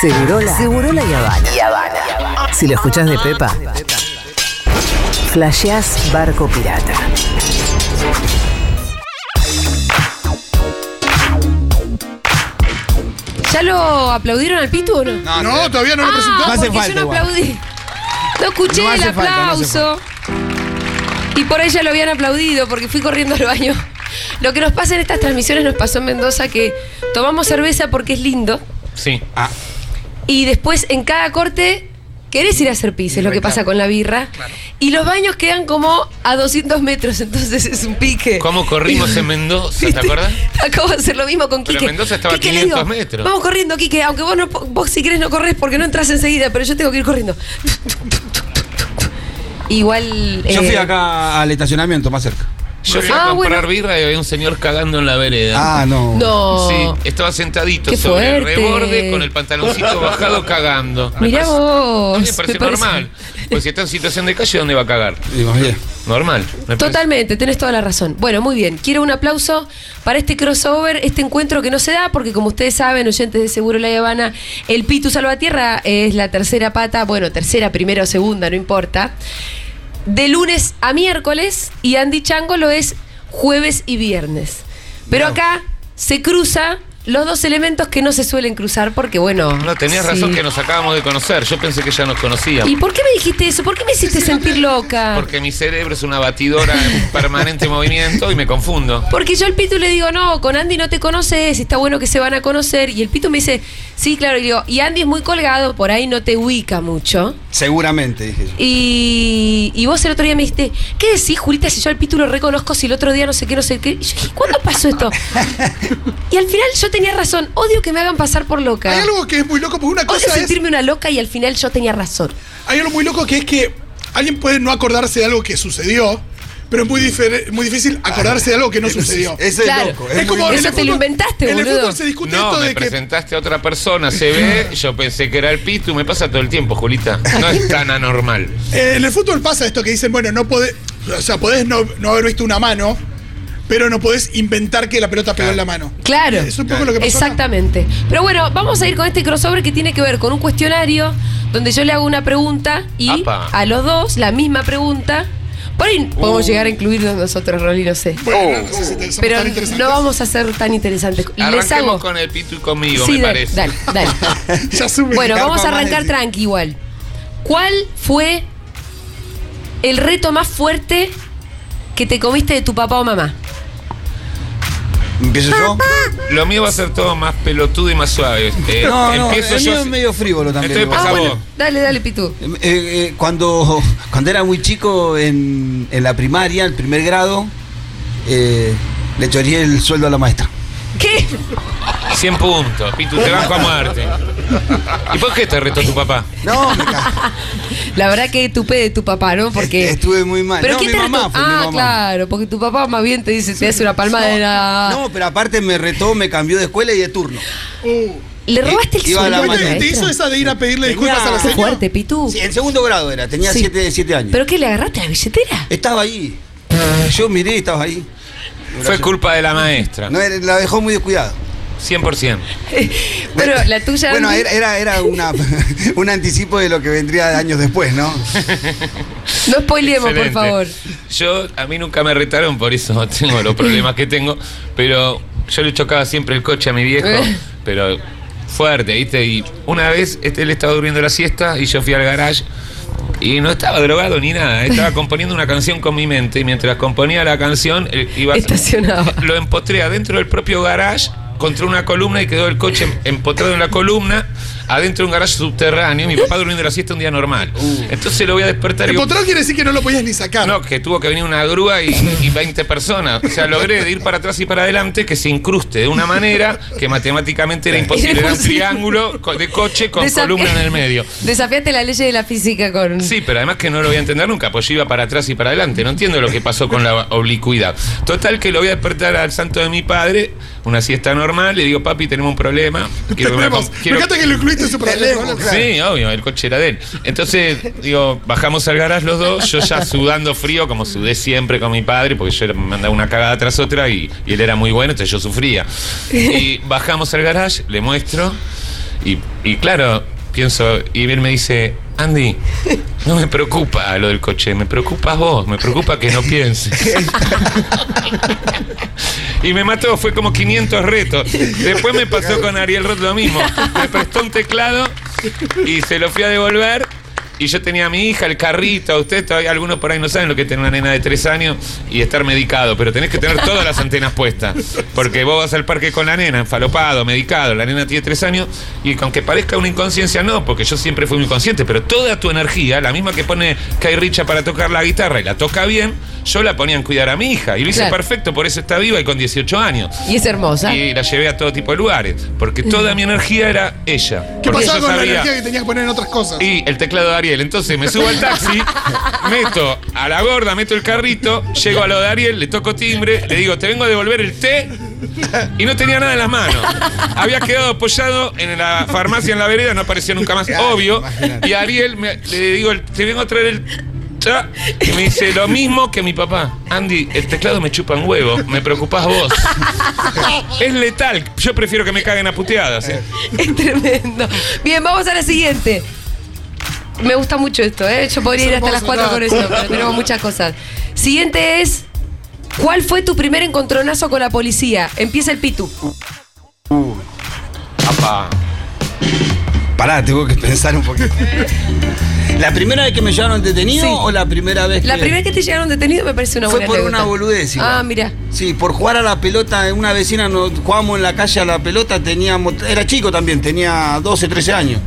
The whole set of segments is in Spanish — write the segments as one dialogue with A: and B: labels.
A: Segurola. Segurola y Habana. Si lo escuchás de Pepa, flasheás barco pirata.
B: ¿Ya lo aplaudieron al Pitu o no?
C: No,
D: No, todavía no lo presentó.
B: Ah,
C: No hace
B: porque
C: falta
B: yo no
C: igual.
B: aplaudí. No escuché
C: No
B: el
C: hace falta, no hace
B: aplauso. y por ella lo habían aplaudido porque fui corriendo al baño. Lo que nos pasa en estas transmisiones nos pasó en Mendoza que tomamos cerveza porque es lindo
E: Sí.
C: Ah,
B: y después en cada corte querés ir a hacer pis, es lo que pasa con la birra. Y los baños quedan como a 200 metros, entonces es un pique.
E: ¿Cómo corrimos en Mendoza? ¿Te
B: ¿Viste?
E: acuerdas?
B: Acabo de hacer lo mismo con
E: Pero
B: Quique.
E: Mendoza estaba a
B: Quique, le
E: 500 metros.
B: Vamos corriendo, Quique, aunque vos, no, po- vos si querés no corres porque no entras enseguida, pero yo tengo que ir corriendo. Igual...
C: Yo
B: eh,
C: fui acá al estacionamiento más cerca.
E: Yo fui
B: Ah,
E: a comprar
B: bueno.
E: birra y había un señor cagando en la vereda.
C: Ah, no.
B: No.
E: Sí, estaba sentadito
B: Qué
E: sobre
B: fuerte.
E: el reborde con el pantaloncito bajado cagando. Me
B: Mirá
E: parece-
B: vos,
E: A mí Me pareció
B: me parece.
E: normal. Porque si está en situación de calle, ¿dónde va a cagar?
C: Digo, bien.
E: Normal. me parece.
B: Totalmente, tenés toda la razón. Bueno, muy bien. Quiero un aplauso para este crossover, este encuentro que no se da, porque como ustedes saben, oyentes de Seguro La Habana, el Pitu Salvatierra es la tercera pata, bueno, tercera, primera o segunda, no importa. De lunes a miércoles y Andy Chango lo es jueves y viernes. Pero acá se cruza los dos elementos que no se suelen cruzar porque, bueno.
E: No, tenías
B: sí.
E: razón que nos acabamos de conocer. Yo pensé que ya nos conocíamos.
B: ¿Y por qué me dijiste eso? ¿Por qué me hiciste sentir loca?
E: Porque mi cerebro es una batidora en permanente movimiento y me confundo.
B: Porque yo al Pitu le digo, no, con Andy no te conoces, está bueno que se van a conocer. Y el Pitu me dice, sí, claro. Y digo, y Andy es muy colgado, por ahí no te ubica mucho.
C: Seguramente, dije yo.
B: Y, y vos el otro día me dijiste, ¿qué decís, Julita, si yo al Pitu lo reconozco, si el otro día no sé qué, no sé qué? Y yo dije, ¿cuándo pasó esto? Y al final yo tenía razón. Odio que me hagan pasar por loca.
D: Hay algo que es muy loco, porque una
B: Odio
D: cosa es.
B: sentirme una loca y al final yo tenía razón.
D: Hay algo muy loco que es que alguien puede no acordarse de algo que sucedió, pero es muy, difer- muy difícil acordarse de algo que no sucedió.
C: Ese
B: Claro.
C: es loco.
B: Es
C: Es,
B: como-
C: muy
B: Eso
D: en
C: loco.
D: el
B: te lo inventaste,
D: en el
B: boludo.
D: fútbol se discute
E: No,
D: esto
E: me
D: de que.
E: presentaste a otra persona, se ve, yo pensé que era el Pitu, me pasa todo el tiempo, Julita. No es tan anormal.
D: eh, en el fútbol pasa esto que dicen, bueno, no podés. O sea, podés no, no haber visto una mano, pero no podés inventar que la pelota pegó en la mano.
B: Claro.
D: Es un poco lo que pasó. acá.
B: Exactamente. Pero bueno, vamos a ir con este crossover que tiene que ver con un cuestionario donde yo le hago una pregunta y
E: Apa.
B: a los dos la misma pregunta. Por ahí podemos
E: Uh.
B: llegar a incluirnos nosotros, Rolly, no sé.
C: Oh.
D: Bueno, no sé si te- somos
B: Pero
D: tan interesantes.
B: no vamos a ser tan interesantes. Les hago.
E: Arranquemos con el Pitu y conmigo,
B: Sí,
E: me
B: dale,
E: parece.
B: dale, dale.
D: ya sube.
B: bueno,
C: Carpa
B: vamos a
C: más
B: arrancar
C: de-
B: tranqui igual. ¿Cuál fue el reto más fuerte que te comiste de tu papá o mamá?
C: ¿Empiezo yo?
E: Lo mío va a ser todo más pelotudo y más suave. Eh,
C: No, no,
E: empiezo
C: el
E: yo.
C: mío es medio frívolo también.
E: Estoy
C: igual.
E: Empezá
B: ah, bueno,
E: vos.
B: dale, dale, Pitu.
C: Eh, eh, cuando, cuando era muy chico en, en la primaria, el primer grado, eh, le choré el sueldo a la maestra.
B: ¿Qué?
E: 100 puntos, Pitu, te banco a muerte. ¿Y por qué te retó tu papá?
C: No, me ca-
B: La verdad que tupé de tu papá, ¿no? Porque.
C: estuve muy mal.
B: Pero
C: no,
B: ¿qué
C: mi
B: te
C: mamá
B: retó?
C: fue mi
B: Ah,
C: mamá.
B: claro, porque tu papá más bien te dice, te hace una palmada de la.
C: No, pero aparte me retó, me cambió de escuela y de turno.
D: Uh,
B: Le robaste el
C: Eh, Iba a la
B: sueldo a la
C: maestra.
D: ¿Te, te hizo
B: maestra.
D: esa de ir a pedirle
C: Tenía-
D: disculpas a la
C: Qué
B: Qué
D: señora?
B: fuerte, Pitu.
C: Sí, en segundo grado era, tenía
B: Uh. Sí.
C: siete, siete años.
B: ¿Pero qué le agarraste la billetera?
C: Estaba ahí. Yo miré y estaba ahí.
E: Fue culpa de la maestra,
C: No, era- la dejó muy descuidada.
E: 100%.
B: Bueno, la tuya.
C: Bueno,
B: Andy,
C: era, era, era una, un anticipo de lo que vendría años después, ¿no?
B: No spoilemos, por
E: Excelente.
B: favor.
E: Yo, a mí nunca me retaron, por eso tengo los problemas que tengo, pero yo le chocaba siempre el coche a mi viejo,
B: Eh.
E: pero fuerte, ¿viste? Y una vez este, él estaba durmiendo la siesta y yo fui al garage y no estaba drogado ni nada, ¿eh? estaba componiendo una canción con mi mente y mientras componía la canción él iba
B: Estacionaba.
E: lo empotré adentro del propio garage contra una columna y quedó el coche empotrado en la columna adentro de un garage subterráneo mi papá durmiendo la siesta un día normal entonces lo voy a despertar y
D: El
E: digo,
D: potrón quiere decir que no lo podías ni sacar.
E: no, que tuvo que venir una grúa y, y 20 personas. O sea, logré de ir para atrás y para adelante que se incruste de una manera que matemáticamente era imposible. Era un
B: imposible.
E: triángulo co- de coche con
B: Desafi-
E: columna en el medio.
B: Desafiaste la ley de la física con.
E: Sí, pero además que no lo voy a entender nunca, pues yo iba para atrás y para adelante. No entiendo lo que pasó con la oblicuidad. Total que lo voy a despertar al santo de mi padre, una siesta normal, le digo, papi, tenemos un problema. Quiero que me
D: Tenemos-
E: acom-
D: me,
E: quiero-
D: encanta que lo incluiste en su problema.
C: Tenemos, claro.
E: Sí, obvio, el coche era de él. Entonces, digo, bajamos al garage los dos, yo ya sudando frío, como sudé siempre con mi padre, porque yo era- me mandaba una cagada tras otra y, y él era muy bueno, entonces yo sufría. Y bajamos al garage, le muestro. Y, y claro, pienso, y él me dice, Andy, no me preocupa lo del coche, me preocupas vos, me preocupa que no pienses. Y me mató, fue como 500 retos. Después me pasó con Ariel Roth lo mismo. Me prestó un teclado y se lo fui a devolver. Y yo tenía a mi hija, el carrito, a usted, todavía algunos por ahí no saben lo que es tener una nena de tres años y estar medicado, pero tenés que tener todas las antenas puestas. Porque vos vas al parque con la nena, enfalopado, medicado, la nena tiene tres años, y aunque parezca una inconsciencia, no, porque yo siempre fui muy consciente, pero toda tu energía, la misma que pone Kai Richa para tocar la guitarra y la toca bien, yo la ponía en cuidar a mi hija. Y lo hice
B: Claro.
E: perfecto, por eso está viva y con 18 años.
B: Y es hermosa.
E: Y la llevé a todo tipo de lugares, porque toda mi energía era ella.
D: ¿Qué
E: porque
D: pasaba
E: yo
D: con la
E: sabía-
D: energía que tenías que poner en otras cosas?
E: y el teclado de Ariel. Entonces me subo al taxi, meto a la gorda, meto el carrito, llego a lo de Ariel, le toco timbre, le digo, te vengo a devolver el té. Y no tenía nada en las manos. Había quedado apoyado en la farmacia en la vereda, no apareció nunca más, obvio. Y a Ariel me- le digo, te vengo a traer el. cha", Y me dice lo mismo que mi papá. Andy, el teclado me chupa un huevo, me preocupás vos. Es letal, yo prefiero que me caguen a puteadas. ¿eh?
B: Es tremendo. Bien, vamos a la siguiente. Me gusta mucho esto, ¿eh? Yo podría
D: Es
B: ir hasta las
D: hermoso,
B: 4 con eso,
D: claro.
B: pero tenemos muchas cosas. Siguiente es. ¿Cuál fue tu primer encontronazo con la policía? Empieza el pitu.
E: Apa.
C: Pará, tengo que pensar un poquito. ¿La primera vez que me llevaron detenido
B: Sí.
C: o la primera vez
B: La
C: que.?
B: primera vez que te llegaron detenido me parece una
C: Fue
B: buena
C: por
B: anécdota.
C: una boludez. igual.
B: Ah, mira.
C: Sí, por jugar a la pelota, una vecina, nos jugábamos en la calle a la pelota, teníamos, era chico también, tenía 12, 13 años.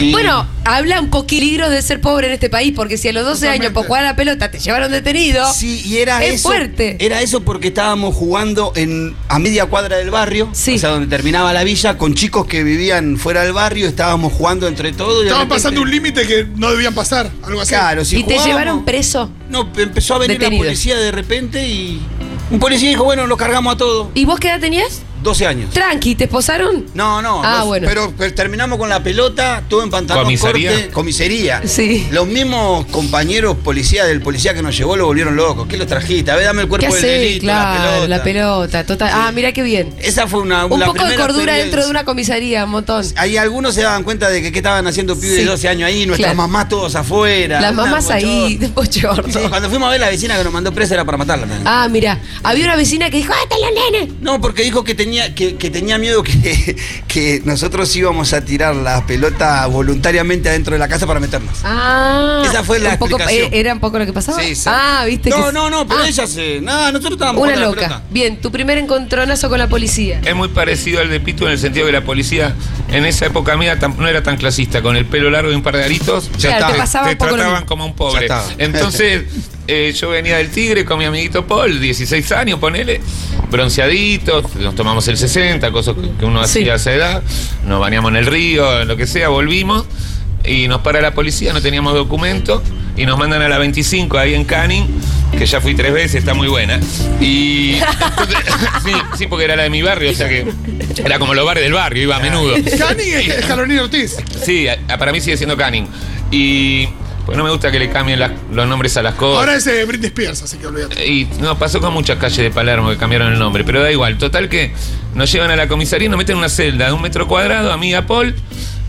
C: Y-
B: Bueno, habla un poquito peligro de ser pobre en este país, porque si a los 12 años por jugar a la pelota te llevaron detenido.
C: Sí, y era
B: es
C: eso.
B: fuerte.
C: Era eso porque estábamos jugando en, a media cuadra del barrio,
B: Sí.
C: o sea, donde terminaba la villa, con chicos que vivían fuera del barrio, estábamos jugando entre todos. y de
D: Estaban
C: repente-
D: pasando un límite que no debían pasar, algo así.
C: Claro, si
B: ¿Y te
C: jugábamos-
B: llevaron preso?
C: No, empezó a venir
B: Detenido.
C: la policía de repente y. Un policía dijo, bueno, los cargamos a todos.
B: ¿Y vos qué edad tenías?
C: 12 años.
B: Tranqui, ¿te esposaron?
C: No, no.
B: Ah,
C: los-
B: bueno.
C: Pero, pero terminamos con la pelota, todo en pantalón
E: ¿Comisaría?
C: corte, comisaría.
B: Sí.
C: Los mismos compañeros policías del policía que nos llevó lo volvieron locos. ¿Qué lo trajiste? A ver, dame el
B: ¿Qué
C: cuerpo del
B: haces?
C: delito,
B: Claro,
C: la pelota.
B: la pelota. total. Ah, mira qué bien.
C: Esa fue una
B: Un
C: la
B: poco de
C: primera
B: cordura dentro de
C: experiencia.
B: una comisaría, un montón.
C: Ahí algunos se daban cuenta de que qué estaban haciendo pibes
B: Sí.
C: de 12 años ahí, nuestras
B: Claro.
C: mamás todos afuera.
B: Las
C: Una
B: mamás ahí, de
C: bochorno. Sí,
B: pochorno.
C: cuando fuimos a ver la vecina que nos mandó presa era para matarla. también.
B: Ah, mira, había una vecina que dijo, ¡Hasta los nenes!
C: No, porque dijo que tenía, que, que tenía miedo que, que nosotros íbamos a tirar la pelota voluntariamente adentro de la casa para meternos.
B: Ah,
C: Esa fue la
B: un poco-
C: explicación.
B: eh, ¿Era un poco lo que pasaba?
C: Sí, sí.
B: Ah, viste
C: No,
B: que-
C: no, no, pero
B: Ah,
C: ella se. Nada, nosotros estábamos
B: Una
C: jugando a la
B: loca.
C: pelota.
B: Bien, tu primer encontronazo con la policía.
E: Es muy parecido al de Pitu en el sentido que la policía en esa época mía tam- no era tan clasista. Con el pelo largo y un par de aritos, ya
B: Claro,
E: está.
B: te pasaba
E: te
B: un poco lo
E: trataban
B: mismo.
E: como un pobre.
C: Ya estaba.
E: Entonces, eh, yo venía del Tigre con mi amiguito Paul, 16 años, ponele, bronceaditos, nos tomamos el 60, cosas que- que uno
B: Sí.
E: hacía a esa edad, nos bañamos en el río, en lo que sea, volvimos y nos para la policía, no teníamos documento y nos mandan a la 25 ahí en Canning, que ya fui tres veces, está muy buena. Y entonces, sí, sí, porque era la de mi barrio, o sea que era como los bares del barrio, iba a menudo.
D: Cani es Jalonino Ortiz.
E: Sí, a- a- para mí sigue siendo Canning. Y pues no me gusta que le cambien las- los nombres a las
C: Oh.
E: cosas.
D: Ahora es eh, Britney Spears, así que olvídate.
E: Y no, pasó con muchas calles de Palermo que cambiaron el nombre, pero da igual. Total que nos llevan a la comisaría y nos meten en una celda de un metro cuadrado, amiga Paul,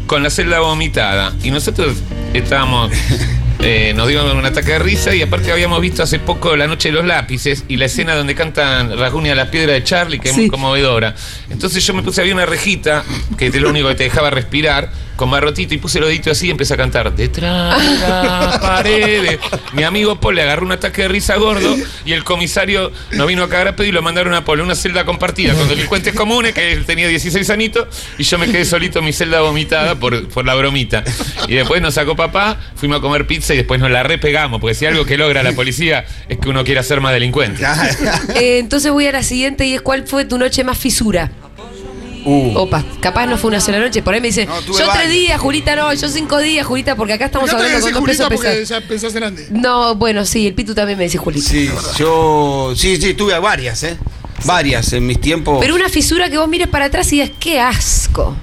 E: con la celda vomitada. Y nosotros estábamos. eh, nos dio un ataque de risa y aparte habíamos visto hace poco La Noche de los Lápices y la escena donde cantan Rajunia las Piedras de Charlie, que es muy
B: Sí.
E: conmovedora. Entonces yo me puse, había una rejita, que es lo único que te dejaba respirar, con barrotito y puse el dedito así y empecé a cantar. Detrás de las paredes. Mi amigo Paul le agarró un ataque de risa gordo y el comisario nos vino a cagar a pedo y lo mandaron a Paul, una celda compartida con delincuentes comunes, que él tenía 16 anitos, y yo me quedé solito en mi celda vomitada por, por la bromita. Y después nos sacó papá, fuimos a comer pizza y después nos la repegamos, porque si algo que logra la policía es que uno quiera ser más delincuente.
B: Eh, entonces voy a la siguiente y es cuál fue tu noche más fisura.
C: Uh,
B: Opa, capaz no fue una sola noche. Por ahí me dicen,
C: No, tuve
B: yo tres
C: varias.
B: días, Julita, no, yo cinco días, Julita, porque acá estamos
D: Acá
B: hablando
D: te
B: con
D: decís
B: dos
D: Julita
B: pesos
D: porque
B: pesados.
D: ya pensás en Andy.
B: No, bueno, sí, el Pitu también me dice Julita.
C: sí, yo. Sí, sí, tuve varias, ¿eh? Varias en mis tiempos.
B: Pero una fisura que vos mires para atrás y digas, qué asco.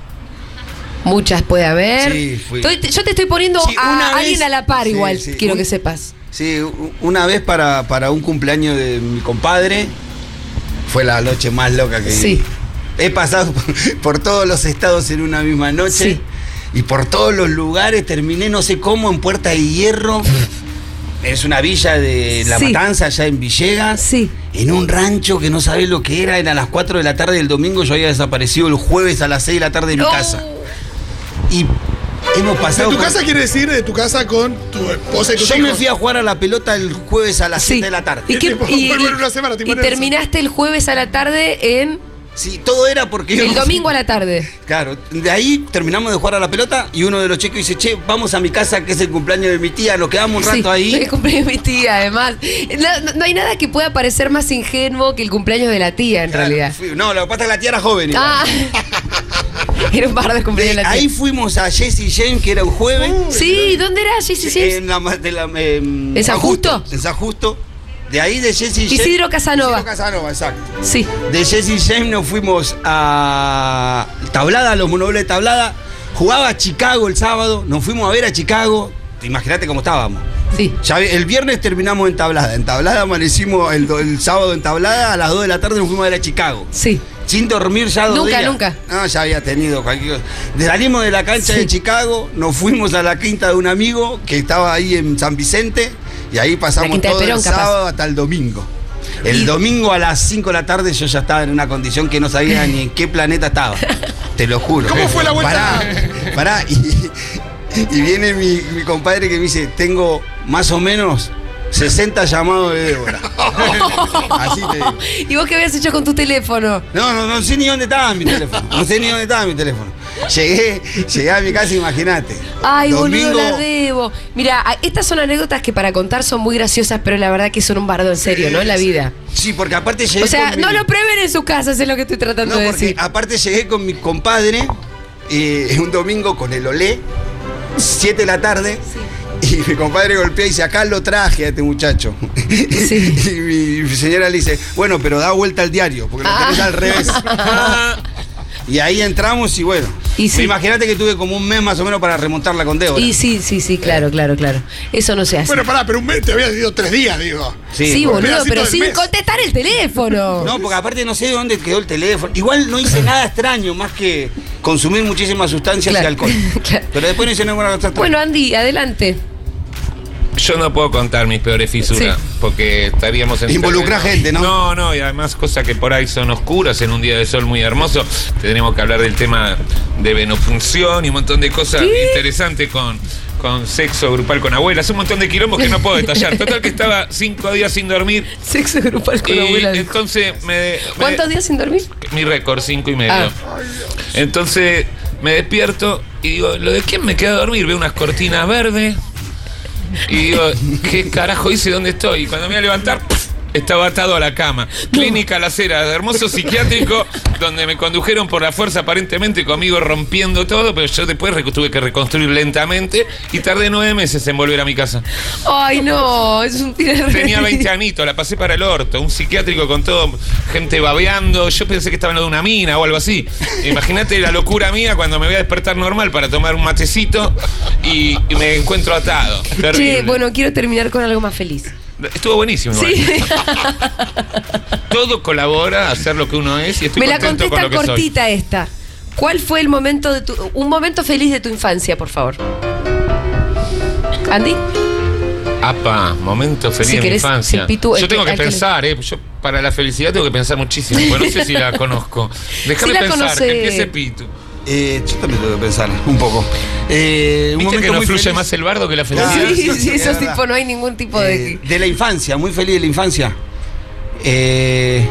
B: Muchas puede haber.
C: Sí, fui.
B: Estoy- te- yo te estoy poniendo
C: Sí, una
B: a
C: vez-
B: alguien a la par
C: Sí,
B: igual,
C: sí,
B: quiero
C: un-
B: que sepas.
C: Sí, u- una vez para, para un cumpleaños de mi compadre. Fue la noche más loca que
B: Sí.
C: he pasado por todos los estados en una misma noche
B: Sí.
C: y por todos los lugares. Terminé no sé cómo en Puerta de Hierro. Es una villa de La
B: Sí.
C: Matanza, allá en Villegas.
B: Sí.
C: En un rancho que no sabés lo que era. Era a las 4 de la tarde del domingo. Yo había desaparecido el jueves a las 6 de la tarde de mi
B: No.
C: casa. Y hemos
D: De
C: pasado...
D: tu
C: por-
D: casa quiere decir de tu casa con tu esposa y tus
C: Yo
D: hijos.
C: me fui a jugar a la pelota el jueves a las 7 de la tarde.
B: ¿Y, qué-
D: Tipo,
B: y-
D: vuelvo en
B: y-
D: una semana, tipo,
B: y
D: en el-
B: terminaste el jueves a la tarde en.
C: Sí, todo era porque...
B: El domingo a la tarde.
C: Claro, de ahí terminamos de jugar a la pelota y uno de los chicos dice, che, vamos a mi casa que es el cumpleaños de mi tía, nos quedamos un rato
B: Sí, El
C: ahí.
B: cumpleaños de mi tía, además. No, no- no hay nada que pueda parecer más ingenuo que el cumpleaños de la tía, en
C: Claro,
B: realidad.
C: fui- no, lo que pasa es que la tía era joven. igual.
B: Ah. Era un par de cumpleaños de la tía. Uh,
C: ahí fuimos a Jesse James, que era un jueves.
B: Sí, ¿dónde era? Sí, sí, sí.
C: En, la ma- de la- en
B: ¿En San Justo?
C: En San Justo. De ahí de Jesse James.
B: Isidro Casanova.
C: Isidro Casanova, exacto.
B: Sí.
C: De Jesse James nos fuimos a Tablada, los monobles de Tablada. Jugaba a Chicago el sábado, nos fuimos a ver a Chicago. Imagínate cómo estábamos.
B: Sí.
C: Ya ve- el viernes terminamos en Tablada. En Tablada amanecimos el, do- el sábado en Tablada. A las 2 de la tarde nos fuimos a ver a Chicago.
B: Sí.
C: Sin dormir ya dos
B: Nunca,
C: días.
B: nunca.
C: No, ya había tenido cualquier cosa. De- Salimos de la cancha
B: Sí.
C: de Chicago, nos fuimos a la quinta de un amigo que estaba ahí en San Vicente. Y ahí pasamos
B: quinta de
C: todo el
B: Perón, capaz.
C: sábado hasta el domingo. El
B: Y-
C: domingo a las 5 de la tarde yo ya estaba en una condición que no sabía ni en qué planeta estaba. Te lo juro.
D: ¿Cómo fue la vuelta?
C: Pará, pará. Y, y viene mi, mi compadre que me dice, tengo más o menos 60 llamados de Débora. Así te digo.
B: ¿Y vos qué habías hecho con tu teléfono?
C: No, no, no sé ni dónde estaba mi teléfono. No sé ni dónde estaba mi teléfono. Llegué, llegué a mi casa, imagínate.
B: Ay,
C: Domingo-
B: boludo, la debo. Mira, a- estas son anécdotas que para contar son muy graciosas, pero la verdad que son un bardo en serio, ¿no? En la vida.
C: Sí, porque aparte llegué.
B: O sea,
C: con mi-
B: no lo prueben en sus casas, es lo que estoy tratando
C: No,
B: de
C: porque
B: decir.
C: aparte llegué con mi compadre eh, un domingo con el Olé, 7 de la tarde. Y mi compadre golpea y dice, acá lo traje a este muchacho.
B: Sí.
C: Y mi señora le dice, bueno, pero da vuelta al diario, porque lo
B: Ah.
C: tenés al revés. Y ahí entramos y bueno.
B: Y sí.
C: Imagínate que tuve como un mes más o menos para remontarla con Débora.
B: Y sí, sí, sí, claro, claro, claro. Eso no se hace.
D: Bueno, pará, pero un mes te habías ido tres días, digo.
B: sí, boludo,
C: bueno.
D: pedacito
B: pero
D: del
B: sin
D: mes.
B: contestar el teléfono.
C: No, porque aparte no sé de dónde quedó el teléfono. Igual no hice nada extraño más que consumir muchísimas sustancias
B: Claro.
C: y alcohol.
B: Claro.
C: Pero después no hice ninguna cosa extraña.
B: Bueno, Andy, adelante.
E: Yo no puedo contar mis peores fisuras
B: Sí.
E: porque estaríamos en.
C: Involucra gente, ¿no?
E: No, no, y además cosas que por ahí son oscuras en un día de sol muy hermoso. Tenemos que hablar del tema de venopunción y un montón de cosas interesantes con, con sexo grupal con abuelas. Un montón de quilombos que no puedo detallar. Total que estaba cinco días sin dormir.
B: Sexo grupal con
E: Y
B: abuela.
E: entonces me. me-
B: ¿Cuántos días sin dormir?
E: Mi récord, cinco y medio.
B: Ah.
E: Entonces me despierto y digo, ¿lo de quién me queda a dormir? Veo unas cortinas verdes y digo, ¿qué carajo hice? ¿Dónde estoy? Y cuando me voy a levantar, ¡puf! estaba atado a la cama. Clínica Las Heras, hermoso psiquiátrico, donde me condujeron por la fuerza aparentemente conmigo rompiendo todo, pero yo después recu- tuve que reconstruir lentamente y tardé nueve meses en volver a mi casa.
B: Ay, no, es un
E: Tenía 20 anitos, la pasé para el orto, un psiquiátrico con todo, gente babeando, yo pensé que estaba en lo de una mina o algo así. Imagínate la locura mía cuando me voy a despertar normal para tomar un matecito y, y me encuentro atado. Terrible.
B: Che, bueno, quiero terminar con algo más feliz.
E: Estuvo buenísimo. igual.
B: Sí.
E: Todo colabora a hacer lo que uno es y estoy
B: Me la
E: contento con
B: contesta
E: lo que soy.
B: cortita esta. ¿Cuál fue el momento de tu un momento feliz de tu infancia, por favor? Andy,
E: Apa, momento feliz
B: Si
E: de mi
B: querés,
E: infancia.
B: el Pitu,
E: yo
B: el
E: tengo
B: que-
E: que
B: al que le-
E: pensar, eh. Yo para la felicidad tengo que pensar muchísimo, porque no sé si la conozco. Déjame
B: la
E: pensar,
B: conocés.
E: que empiece Pitu.
C: Eh, yo también tengo que pensar un poco. Eh, un
E: ¿Viste
C: momento
E: que no
C: muy
E: fluye
C: feliz,
E: más el bardo que la
C: Ah,
E: felicidad?
B: sí,
C: eso
B: sí,
C: sí, es
B: esos
C: verdad.
B: tipos no hay ningún tipo
C: eh,
B: de
C: de la infancia, muy feliz de la infancia. Eh,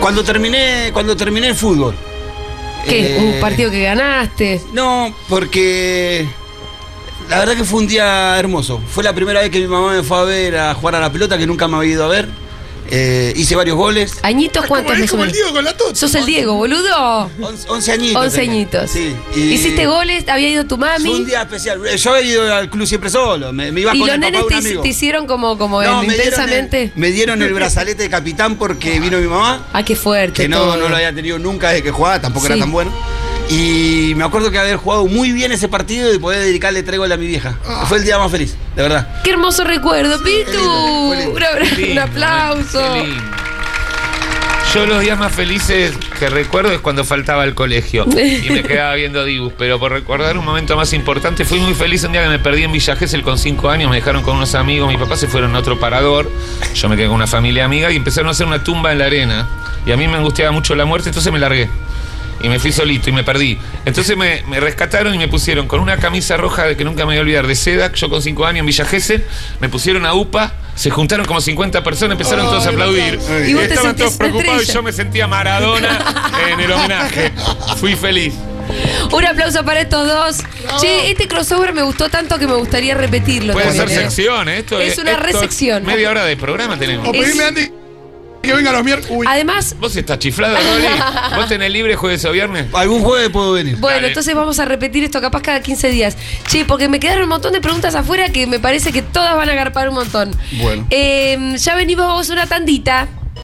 C: cuando terminé, cuando terminé el fútbol.
B: ¿Qué?
C: eh,
B: un partido que ganaste.
C: No, porque la verdad que fue un día hermoso. Fue la primera vez que mi mamá me fue a ver a jugar a la pelota, que nunca me había ido a ver. Eh, hice varios goles.
B: Añitos
D: Es como,
B: cuántos
D: es
B: más o
D: como el
B: menos.
D: Diego con la tota.
B: Sos el Diego, boludo.
C: 11 añitos.
B: 11
C: tenía.
B: añitos.
C: Sí.
B: Hiciste goles, había ido tu
C: Fue un
B: mami.
C: día especial. Eh, Yo había ido al club siempre solo. Me, me iba
B: Y
C: con
B: los
C: el papá
B: nenes
C: de un
B: te,
C: amigo.
B: te hicieron como, como
C: No,
B: el
C: me dieron el-
B: intensamente.
C: me dieron el brazalete de capitán porque vino mi mamá.
B: Ah, qué fuerte.
C: que no,
B: todo.
C: no lo había tenido nunca desde que jugaba, tampoco
B: Sí.
C: era tan bueno. Y me acuerdo que haber jugado muy bien ese partido y poder dedicarle tres goles a mi vieja.
B: Ah.
C: Fue el día más feliz, de verdad.
B: Qué hermoso recuerdo, Pitu.
C: lindo, fue lindo.
B: Un abra-
E: Lindo,
B: un aplauso.
E: qué lindo. Yo los días más felices que recuerdo es cuando faltaba al colegio y me quedaba viendo Dibus, pero por recordar un momento más importante, fui muy feliz un día que me perdí en Villa Gesell con cinco años, me dejaron con unos amigos, mis papás se fueron a otro parador, yo me quedé con una familia amiga y empezaron a hacer una tumba en la arena y a mí me angustiaba mucho la muerte, entonces me largué. Y me fui solito y me perdí. Entonces me, me rescataron y me pusieron con una camisa roja de que nunca me voy a olvidar, de seda, yo con cinco años en Villa Gesell, me pusieron a UPA, se juntaron como 50 personas, empezaron todos a aplaudir.
B: Y vos te
E: Estaban todos
B: sentías
E: preocupados y
B: estrella.
E: yo me sentía Maradona en el homenaje. Fui feliz.
B: Un aplauso para estos dos. Che, este crossover me gustó tanto que me gustaría repetirlo.
E: Puede ser
B: también, ¿eh?
E: sección, ¿eh? esto
B: Es una Eh.
E: esto
B: resección.
E: Media hora de programa tenemos.
D: O pedirle a Andy que venga los miércoles. Uy,
B: Además,
E: Vos estás chiflado, Rolly. Vos tenés libre jueves o viernes.
C: Algún jueves puedo venir.
B: bueno,
E: Dale.
B: entonces vamos a repetir esto capaz cada 15 días. Che, porque me quedaron un montón de preguntas afuera que me parece que todas van a agarpar un montón.
C: Bueno.
B: Eh, ya venimos vamos a una tandita.